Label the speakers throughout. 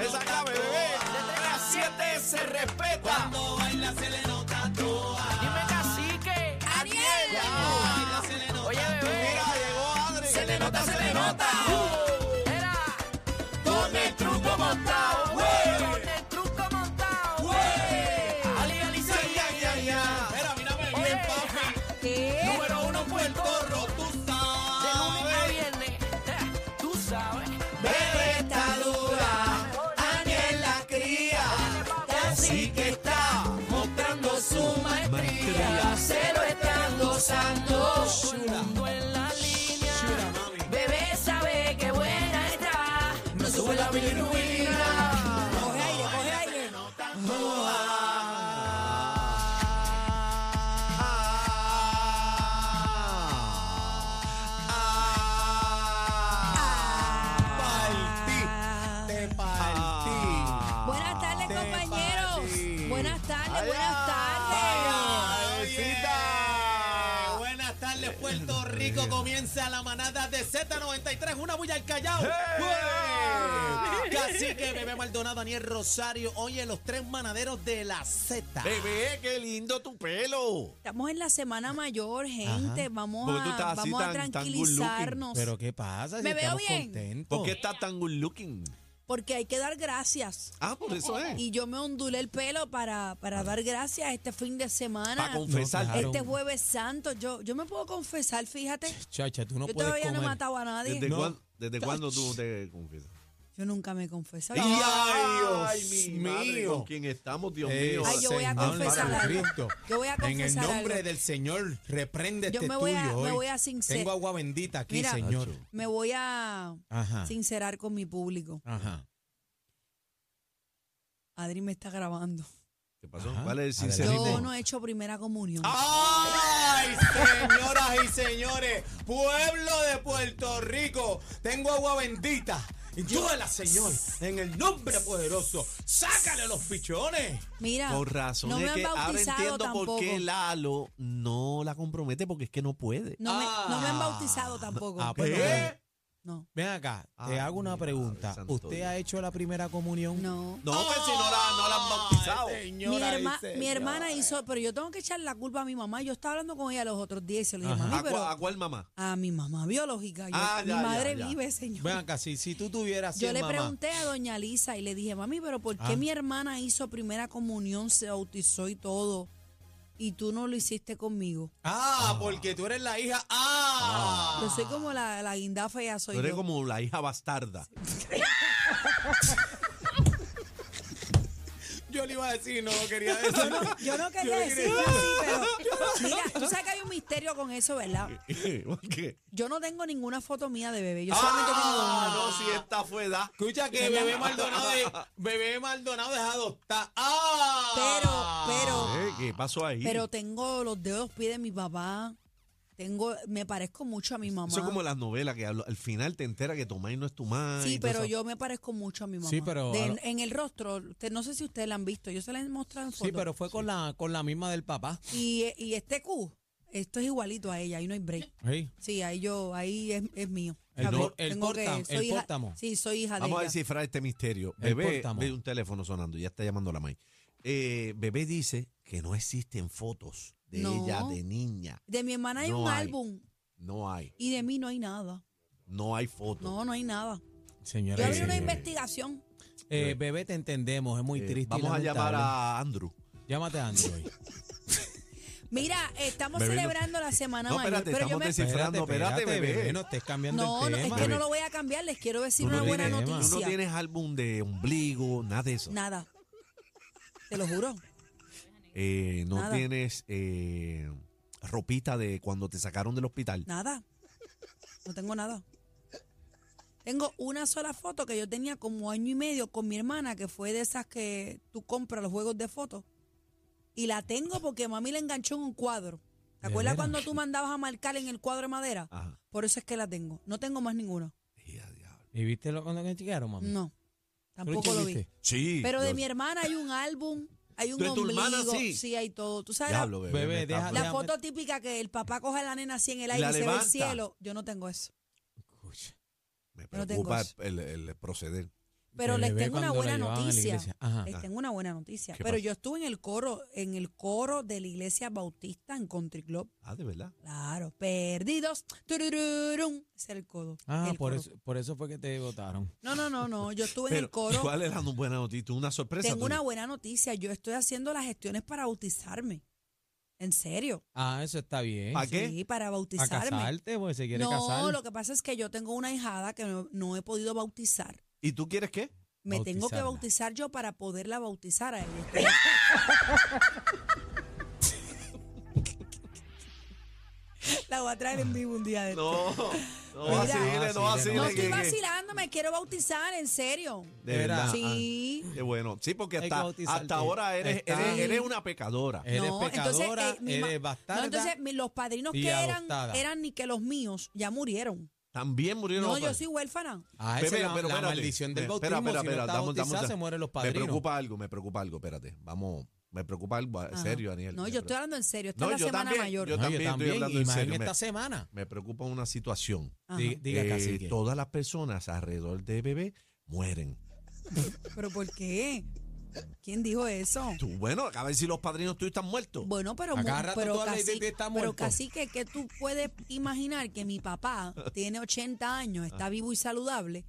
Speaker 1: Esa clave, bebé. Desde las 7 se respeta. Cuando baila se le nota toda. Dime cacique. Aniel. Oye, bebé. Mira, llegó Adri. Se le nota, se le nota. Uh, Era. Con el truco montado, güey. Con el truco montado, güey. Ali, ali, sí. Ay, ay, ay, ay. Mira, mírame bien, papi. Número uno Puerto Rico, tú sabes. De lunes a viernes, tú sabes. Bebé está dura, Aniel la cría, así que está mostrando su maestría. Se lo están gozando, chulando en la línea. Bebé sabe que buena está, no sube la bilirrubina. Coge aire, coge aire.
Speaker 2: Partí, te partí.
Speaker 3: Buenas tardes,
Speaker 2: Te
Speaker 3: compañeros.
Speaker 2: partí.
Speaker 3: Buenas tardes,
Speaker 2: Ay,
Speaker 3: buenas
Speaker 2: ay,
Speaker 3: tardes.
Speaker 2: bebecita.
Speaker 1: Buenas tardes, Puerto Rico. Comienza la manada de Z93. Una bulla al Callao.
Speaker 2: ¡Hey!
Speaker 1: Así que bebé Maldonado, Daniel Rosario. Oye, los tres manaderos de la Z.
Speaker 2: Bebé, qué lindo tu pelo.
Speaker 3: Estamos en la semana mayor, gente. Vamos
Speaker 2: Porque tú
Speaker 3: a,
Speaker 2: estás así
Speaker 3: Ah, vamos a
Speaker 2: tan- tan good
Speaker 3: tranquilizarnos.
Speaker 1: Pero ¿qué pasa? Si
Speaker 3: Me veo
Speaker 1: estamos
Speaker 3: bien.
Speaker 1: contentos.
Speaker 2: ¿Por
Speaker 3: Oh.
Speaker 2: qué estás tan good looking?
Speaker 3: Porque hay que dar gracias.
Speaker 2: Ah, por eso es.
Speaker 3: Oh, Y yo me ondulé el pelo para, para dar gracias este fin de semana.
Speaker 2: Para Ah. confesar.
Speaker 1: No, claro.
Speaker 3: Este jueves santo. Yo, yo me puedo confesar, fíjate.
Speaker 4: Chacha, tú no
Speaker 3: Yo
Speaker 4: puedes
Speaker 3: todavía
Speaker 4: comer.
Speaker 3: no he matado a nadie.
Speaker 2: ¿Desde,
Speaker 4: No.
Speaker 2: cuándo, desde cuándo tú te confiesas?
Speaker 3: Yo nunca me he confesado.
Speaker 2: ¡Ay,
Speaker 4: Dios
Speaker 2: mi madre,
Speaker 4: mío.
Speaker 2: ¿Con quién estamos, Dios
Speaker 4: Eh,
Speaker 2: mío?
Speaker 3: Ay, yo voy a
Speaker 4: Señor
Speaker 3: confesar algo.
Speaker 4: Jesucristo,
Speaker 3: Yo voy a
Speaker 4: En el
Speaker 3: confesar
Speaker 4: nombre
Speaker 3: algo.
Speaker 4: del Señor, reprende
Speaker 3: Yo
Speaker 4: este
Speaker 3: me voy a-
Speaker 4: tuyo
Speaker 3: me
Speaker 4: hoy.
Speaker 3: voy a sincer-
Speaker 4: Tengo agua bendita aquí,
Speaker 3: Mira.
Speaker 4: Señor.
Speaker 2: Nacho.
Speaker 3: Me voy a
Speaker 4: Ajá.
Speaker 2: Ah.
Speaker 3: sincerar con mi público.
Speaker 4: Ajá.
Speaker 3: Adri me está grabando.
Speaker 2: ¿Qué pasó?
Speaker 4: Ajá.
Speaker 2: ¿Cuál es el
Speaker 4: Adelante.
Speaker 2: sincerismo?
Speaker 3: Yo no he hecho primera comunión.
Speaker 2: Ah,
Speaker 4: ¡Ay, señoras y señores! Pueblo de Puerto Rico, tengo agua bendita. Y tú la Señor, en el nombre poderoso, sácale los pichones.
Speaker 3: Mira,
Speaker 2: Por razón
Speaker 3: no me
Speaker 2: es
Speaker 3: han
Speaker 2: que ahora
Speaker 3: bautizado
Speaker 2: entiendo
Speaker 3: tampoco.
Speaker 2: por qué Lalo no la compromete porque es que no puede.
Speaker 3: No, me, no me han
Speaker 4: Ah.
Speaker 3: bautizado tampoco.
Speaker 4: Ah, pues no.
Speaker 2: ¿Eh?
Speaker 3: No,
Speaker 4: Ven acá,
Speaker 2: Ay,
Speaker 4: te hago una
Speaker 2: mi madre
Speaker 4: pregunta.
Speaker 2: santo
Speaker 4: ¿Usted
Speaker 2: Dios.
Speaker 4: ha hecho la primera comunión?
Speaker 3: no.
Speaker 2: No, pues si no la, no la han bautizado.
Speaker 3: Mi, herma- mi hermana hizo, pero yo tengo que echar la culpa a mi mamá. Yo estaba hablando con ella los otros días y se lo dije,
Speaker 4: Ajá.
Speaker 3: mami,
Speaker 2: ¿A,
Speaker 3: pero
Speaker 2: Ah, cua- a cuál mamá?
Speaker 3: a mi mamá biológica. Yo-
Speaker 2: Ah, ya,
Speaker 3: mi
Speaker 2: ya,
Speaker 3: madre
Speaker 2: ya.
Speaker 3: vive, señor.
Speaker 4: Ven acá, si, si tú tuvieras
Speaker 3: yo
Speaker 4: cien
Speaker 3: le
Speaker 4: mamás,
Speaker 3: pregunté a doña Lisa y le dije, mami, pero ¿por qué
Speaker 4: Ah.
Speaker 3: mi hermana hizo primera comunión, se bautizó y todo? Y tú no lo hiciste conmigo.
Speaker 4: Ah, porque tú eres la hija. Ah.
Speaker 3: Yo soy como la, la guindafa, ya soy
Speaker 2: Tú eres
Speaker 3: yo.
Speaker 2: como la hija bastarda.
Speaker 4: Yo le iba a decir, no lo quería decir.
Speaker 3: Yo no quería
Speaker 4: Yo no
Speaker 3: decirlo así, pero mira, tú sabes que hay un misterio con eso, ¿verdad?
Speaker 2: ¿Por qué?
Speaker 3: Yo no tengo ninguna foto mía de bebé. Yo solamente tengo
Speaker 2: Ah,
Speaker 3: una.
Speaker 2: no, si esta fue da.
Speaker 4: Escucha que bebé Maldonado, es- bebé Maldonado es adoptar. Ah.
Speaker 3: Pero,
Speaker 2: Eh, ¿Qué pasó ahí?
Speaker 3: Pero tengo los dedos pies de mi papá. Tengo, me parezco mucho a mi mamá.
Speaker 2: Eso es como las novelas que hablo- al final te entera que Tomás no es tu madre.
Speaker 3: sí, pero yo me parezco mucho a mi mamá.
Speaker 4: Sí, pero-
Speaker 3: De- en, en el rostro, usted- no sé si ustedes la han visto. Yo se la he mostrado en fotos.
Speaker 4: Sí, pero fue con la con la misma del papá.
Speaker 3: Y, y este Q, esto es igualito a ella. Ahí no hay break.
Speaker 4: Sí.
Speaker 3: Sí, ahí yo, ahí es, es mío.
Speaker 4: El
Speaker 3: Tengo-
Speaker 4: por- el
Speaker 3: tengo que-
Speaker 4: pórtamo, el
Speaker 3: soy hija-
Speaker 4: pórtamo.
Speaker 3: Sí, soy hija
Speaker 2: Vamos a
Speaker 3: de ella.
Speaker 2: descifrar este misterio.
Speaker 4: El
Speaker 2: Bebé,
Speaker 4: pórtamo.
Speaker 2: ve un teléfono sonando, ya está llamando la May. Eh, bebé dice que no existen fotos de
Speaker 3: No.
Speaker 2: ella de niña.
Speaker 3: De mi hermana hay
Speaker 2: No
Speaker 3: un
Speaker 2: hay.
Speaker 3: álbum
Speaker 2: No hay,
Speaker 3: y de mí no hay nada.
Speaker 2: no hay fotos.
Speaker 3: No, no hay nada. Yo
Speaker 4: Señora.
Speaker 3: abrí
Speaker 4: y
Speaker 3: una
Speaker 4: señores.
Speaker 3: investigación.
Speaker 4: Eh, bebé, te entendemos, es muy
Speaker 2: Eh,
Speaker 4: triste. y
Speaker 2: vamos a llamar
Speaker 4: lamentable.
Speaker 2: a Andrew.
Speaker 4: Llámate a Android.
Speaker 3: Mira, estamos
Speaker 2: Bebé, no-
Speaker 3: celebrando la semana
Speaker 2: No,
Speaker 3: mayor,
Speaker 2: espérate,
Speaker 3: pero yo
Speaker 2: estamos
Speaker 3: me...
Speaker 2: descifrando. Espérate, bebé.
Speaker 4: No estés cambiando
Speaker 3: No,
Speaker 4: el
Speaker 3: no,
Speaker 4: tema.
Speaker 3: es que no lo voy a cambiar. Les quiero decir
Speaker 2: Tú no
Speaker 3: una buena
Speaker 4: tienes-
Speaker 2: Eh, Tú no
Speaker 3: noticia.
Speaker 2: tienes álbum de ombligo, nada de eso.
Speaker 3: Nada. Te lo juro.
Speaker 2: Eh, no
Speaker 3: Nada.
Speaker 2: tienes eh, ropita de cuando te sacaron del hospital.
Speaker 3: Nada. No tengo nada. Tengo una sola foto que yo tenía como año y medio con mi hermana, que fue de esas que tú compras los juegos de fotos. Y la tengo porque mami la enganchó en un cuadro. ¿Te
Speaker 4: ¿De
Speaker 3: acuerdas
Speaker 4: veras?
Speaker 3: cuando tú mandabas a marcar en el cuadro de madera?
Speaker 2: Ajá.
Speaker 3: Por eso es que la tengo. No tengo más ninguno.
Speaker 2: Y a diablo.
Speaker 4: ¿Y viste lo cuando que llegaron, mami?
Speaker 3: No.
Speaker 4: ¿Tú
Speaker 3: Tampoco lo vi.
Speaker 4: entendiste?
Speaker 2: Sí.
Speaker 3: Pero de
Speaker 2: yo-
Speaker 3: mi hermana hay un álbum, hay un
Speaker 2: ¿De tu
Speaker 3: ombligo,
Speaker 2: hermana, sí?
Speaker 3: hay todo. Tú sabes, la-
Speaker 2: Diablo, bebé.
Speaker 4: Bebé,
Speaker 2: me está-
Speaker 4: deja-
Speaker 3: la,
Speaker 4: déjame-
Speaker 3: foto típica que el papá coge a la nena así en el
Speaker 2: La
Speaker 3: aire y se ve el
Speaker 2: levanta.
Speaker 3: cielo. Yo no tengo eso.
Speaker 4: Escucha.
Speaker 2: Me
Speaker 3: no tengo
Speaker 2: preocupa
Speaker 3: eso.
Speaker 2: el, el proceder.
Speaker 3: Pero
Speaker 4: De
Speaker 3: les
Speaker 4: bebé
Speaker 3: tengo una
Speaker 4: cuando la
Speaker 3: buena
Speaker 4: llevaban a la
Speaker 3: noticia.
Speaker 4: iglesia. Ah, Ajá.
Speaker 3: Les tengo una buena noticia.
Speaker 2: ¿Qué
Speaker 3: Pero
Speaker 2: pasó?
Speaker 3: yo estuve en el coro, en el coro de la iglesia bautista en Country Club.
Speaker 2: Ah, de verdad.
Speaker 3: Claro, perdidos. turururum. Ese era el codo.
Speaker 4: Ah,
Speaker 3: el
Speaker 4: por
Speaker 3: coro.
Speaker 4: eso, por eso fue que te votaron.
Speaker 3: No, no, no, no. Yo estuve en
Speaker 2: Pero,
Speaker 3: el coro.
Speaker 2: ¿Cuál era una buena noticia? Una sorpresa.
Speaker 3: Pues Tengo
Speaker 2: tuya?
Speaker 3: una buena noticia. Yo estoy haciendo las gestiones para bautizarme. En serio.
Speaker 4: Ah, eso está bien.
Speaker 2: ¿Para qué?
Speaker 3: Sí, para
Speaker 4: ¿A
Speaker 3: bautizarme.
Speaker 4: casarte? Pues se quiere
Speaker 3: no,
Speaker 4: casar.
Speaker 3: lo que pasa es que yo tengo una hijada que no, no he podido bautizar.
Speaker 2: ¿Y tú quieres qué?
Speaker 3: Me tengo que
Speaker 4: Bautizarla.
Speaker 3: bautizar yo para poderla bautizar a ella. La voy a traer en vivo un día de esto.
Speaker 2: No,
Speaker 3: Mira.
Speaker 2: no vacile, no vacile.
Speaker 3: No
Speaker 4: dile
Speaker 3: estoy
Speaker 2: que- que-
Speaker 3: vacilando, me quiero bautizar, en serio.
Speaker 2: De
Speaker 4: Ah,
Speaker 2: verdad.
Speaker 3: Sí.
Speaker 2: Qué bueno. Sí, porque
Speaker 4: Hay que
Speaker 2: hasta,
Speaker 4: bautizarte.
Speaker 2: hasta ahora eres, eres,
Speaker 4: Está- Eh.
Speaker 2: eres una pecadora.
Speaker 4: Eres
Speaker 3: No, entonces,
Speaker 4: pecadora,
Speaker 3: eh, mi ma-
Speaker 4: eres bastarda.
Speaker 3: No, entonces mi- los padrinos
Speaker 4: y
Speaker 3: que eran,
Speaker 4: adoptada.
Speaker 3: eran ni que los míos, ya murieron.
Speaker 2: También murieron
Speaker 3: No,
Speaker 2: los
Speaker 3: yo
Speaker 2: padres.
Speaker 3: soy huérfana.
Speaker 4: ah, esa
Speaker 2: Bebé,
Speaker 4: es la,
Speaker 2: pero
Speaker 4: la
Speaker 2: espérate.
Speaker 4: maldición del
Speaker 2: Espera,
Speaker 4: bautismo.
Speaker 2: espera,
Speaker 4: si
Speaker 2: espera,
Speaker 4: no está
Speaker 2: dame- dame un
Speaker 4: bautizada,
Speaker 2: segundo.
Speaker 4: se mueren los
Speaker 2: Me
Speaker 4: padrinos.
Speaker 2: preocupa algo, me preocupa algo. Espérate, vamos. Me preocupa algo en
Speaker 3: Ajá.
Speaker 2: serio, Daniel.
Speaker 3: No,
Speaker 2: Me
Speaker 3: yo
Speaker 2: pre-
Speaker 3: estoy hablando en serio. Esta
Speaker 2: No,
Speaker 3: es la
Speaker 2: yo
Speaker 3: semana
Speaker 2: también,
Speaker 3: mayor.
Speaker 4: No,
Speaker 2: Yo también estoy hablando
Speaker 4: y
Speaker 2: en
Speaker 4: más
Speaker 2: serio, me-
Speaker 4: esta semana.
Speaker 2: Me preocupa una situación.
Speaker 3: Ajá.
Speaker 4: Di- Diga,
Speaker 2: Eh,
Speaker 4: cacique.
Speaker 2: todas las personas alrededor de bebé mueren.
Speaker 3: ¿Pero por qué? ¿Quién dijo eso?
Speaker 2: Tú, bueno, a ver si los padrinos tuyos están muertos.
Speaker 3: Bueno, pero,
Speaker 4: A
Speaker 3: mu-
Speaker 4: cada rato
Speaker 3: pero,
Speaker 4: tú hablas y
Speaker 3: casi,
Speaker 4: dices, está
Speaker 3: pero
Speaker 4: muerto.
Speaker 3: casi que, que tú puedes imaginar que mi papá tiene 80 años, está vivo y saludable,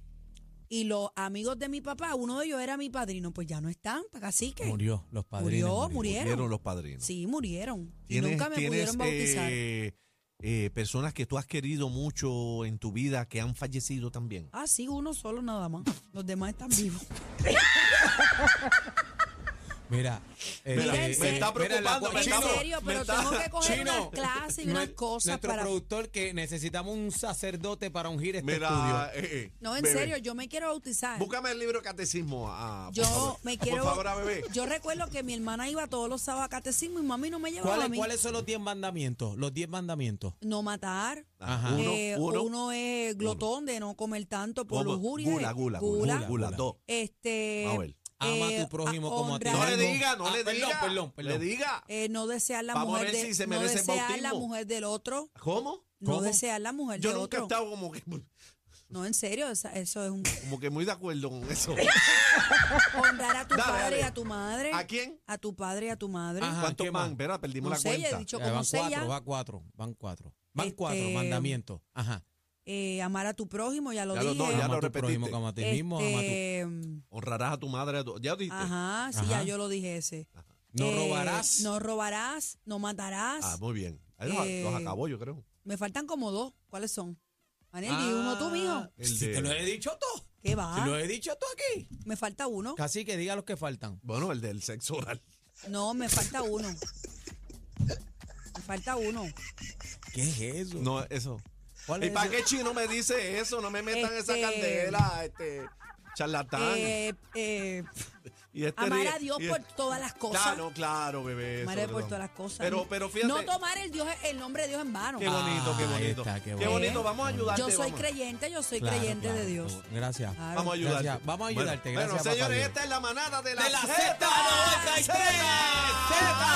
Speaker 3: y los amigos de mi papá, uno de ellos era mi padrino, pues ya no están, casi que
Speaker 4: Murió, los padrinos.
Speaker 3: Murió,
Speaker 4: murieron.
Speaker 3: murieron.
Speaker 2: Murieron los padrinos.
Speaker 3: Sí, murieron. Y
Speaker 2: ¿Tienes-
Speaker 3: nunca me
Speaker 2: tienes,
Speaker 3: pudieron bautizar.
Speaker 2: eh, eh, personas que tú has querido mucho en tu vida que han fallecido también.
Speaker 3: Ah, sí, uno solo nada más. Los demás están vivos.
Speaker 4: Mira,
Speaker 3: Mira,
Speaker 4: este,
Speaker 3: en serio. Me está
Speaker 4: mira, la
Speaker 2: preocupando,
Speaker 4: cua-
Speaker 2: me
Speaker 3: en
Speaker 2: está-
Speaker 3: serio,
Speaker 2: me
Speaker 3: pero
Speaker 2: está-
Speaker 3: tengo que coger
Speaker 4: Chino,
Speaker 3: unas clases y unas
Speaker 4: nue-
Speaker 3: cosas
Speaker 4: Nuestro
Speaker 3: para...
Speaker 4: productor que necesitamos un sacerdote para ungir este
Speaker 2: Mira, eh, eh,
Speaker 3: No, en
Speaker 2: bebé,
Speaker 3: serio, yo me quiero bautizar.
Speaker 2: Búscame el libro Catecismo. ah, por
Speaker 3: Yo
Speaker 2: favor.
Speaker 3: me quiero.
Speaker 2: Por favor, a bebé.
Speaker 3: Yo recuerdo que mi hermana iba todos los sábados a catecismo y mami no me
Speaker 4: estudio.
Speaker 3: llevaba a
Speaker 4: ¿Cuáles
Speaker 3: mí.
Speaker 4: cuáles son los 10 mandamientos? Los 10 mandamientos.
Speaker 3: No matar.
Speaker 4: Ajá.
Speaker 2: Ah, Uno,
Speaker 3: eh,
Speaker 2: uno,
Speaker 3: uno, es glotón de no comer tanto por
Speaker 2: Vamos,
Speaker 3: lujuria. eh,
Speaker 2: Gula, gula,
Speaker 3: gula.
Speaker 2: gula,
Speaker 4: Gula,
Speaker 2: gula,
Speaker 4: gula.
Speaker 2: dos.
Speaker 3: Este.
Speaker 2: Mabel.
Speaker 4: Ama a
Speaker 3: eh,
Speaker 4: tu prójimo
Speaker 3: a
Speaker 4: como a ti
Speaker 3: honrar,
Speaker 2: No le
Speaker 4: Algo-
Speaker 2: diga, no
Speaker 4: Ah,
Speaker 2: le
Speaker 4: perdón,
Speaker 2: diga.
Speaker 4: perdón, perdón.
Speaker 2: Le diga.
Speaker 3: eh, no desear la
Speaker 2: Vamos a
Speaker 3: mujer
Speaker 2: ver
Speaker 3: de,
Speaker 2: si se
Speaker 3: no
Speaker 2: merece el
Speaker 3: desear la
Speaker 2: bautismo.
Speaker 3: mujer del otro.
Speaker 2: ¿Cómo?
Speaker 3: No
Speaker 4: ¿Cómo?
Speaker 3: desear la mujer
Speaker 2: Yo
Speaker 3: del
Speaker 2: nunca he
Speaker 3: otro.
Speaker 2: estado como que,
Speaker 3: No, en serio, esa- eso es un.
Speaker 2: como que muy de acuerdo con eso.
Speaker 3: Honrar a tu
Speaker 2: Dale,
Speaker 3: padre y
Speaker 2: dale.
Speaker 3: a tu madre.
Speaker 2: ¿A quién?
Speaker 3: A tu padre y a tu madre.
Speaker 4: Ajá,
Speaker 2: ¿Cuántos
Speaker 4: ¿qué más?
Speaker 2: van? Espera, perdimos
Speaker 3: no
Speaker 2: la
Speaker 3: sé, ya
Speaker 2: cuenta.
Speaker 3: he dicho
Speaker 4: Eh,
Speaker 3: como
Speaker 4: van
Speaker 3: sé
Speaker 4: cuatro,
Speaker 3: ya.
Speaker 4: va cuatro, van cuatro. Van cuatro
Speaker 3: Este,
Speaker 4: mandamientos. Ajá.
Speaker 3: eh, amar a tu prójimo, ya lo
Speaker 2: Ya lo-
Speaker 3: dije.
Speaker 2: no, ya
Speaker 4: ama
Speaker 2: lo
Speaker 4: a tu
Speaker 2: repetiste.
Speaker 4: prójimo como a ti mismo, ama a tu-
Speaker 3: Este,
Speaker 2: Honrarás a tu madre. a tu- ¿Ya lo dijiste?
Speaker 3: Ajá, sí,
Speaker 4: Ajá.
Speaker 3: ya yo lo dije ese.
Speaker 4: No
Speaker 3: Eh,
Speaker 4: robarás.
Speaker 3: No robarás, no matarás.
Speaker 2: Ah, muy bien. Ahí los,
Speaker 3: Eh,
Speaker 2: los acabó, yo creo.
Speaker 3: Me faltan como dos. ¿Cuáles son? Anel, y uno tú, mijo. Ah.
Speaker 4: Ah, si
Speaker 2: de-
Speaker 4: te lo he dicho tú.
Speaker 3: ¿Qué va?
Speaker 4: Si lo he dicho tú aquí.
Speaker 3: Me falta uno.
Speaker 4: Casi que diga los que faltan.
Speaker 2: Bueno, el del sexo oral.
Speaker 3: No, me falta uno. Me falta uno.
Speaker 4: ¿Qué es eso?
Speaker 2: No, eso.
Speaker 4: ¿Cuál
Speaker 2: ¿Y
Speaker 4: es
Speaker 2: para
Speaker 4: eso?
Speaker 2: qué chino me dice eso? No me metan
Speaker 3: Este-
Speaker 2: esa candela, este charlatán.
Speaker 3: Eh, eh,
Speaker 2: y este
Speaker 3: amar
Speaker 2: ríe-
Speaker 3: a Dios
Speaker 2: y
Speaker 3: por
Speaker 2: este-
Speaker 3: todas las cosas.
Speaker 2: Claro, claro, bebé.
Speaker 3: Amar a Dios
Speaker 2: sobre
Speaker 3: por
Speaker 2: todo.
Speaker 3: todas las cosas.
Speaker 2: Pero, pero fíjate.
Speaker 3: No tomar el, Dios, el nombre de Dios en vano.
Speaker 2: Qué bonito, qué
Speaker 4: Ah, ahí
Speaker 2: bonito.
Speaker 4: está, qué
Speaker 2: qué,
Speaker 4: bueno.
Speaker 2: bonito, vamos a ayudarte.
Speaker 3: yo soy
Speaker 2: vamos.
Speaker 3: creyente, yo soy
Speaker 4: Claro,
Speaker 3: creyente
Speaker 4: claro,
Speaker 3: de Dios.
Speaker 4: tú- Gracias.
Speaker 3: Claro.
Speaker 2: Vamos a ayudarte.
Speaker 4: Gracias. Vamos a ayudarte,
Speaker 2: Bueno,
Speaker 4: gracias,
Speaker 2: bueno,
Speaker 4: papá
Speaker 2: señores,
Speaker 4: Dios.
Speaker 2: esta es la manada de la,
Speaker 4: De la
Speaker 2: Z93.
Speaker 4: Z93.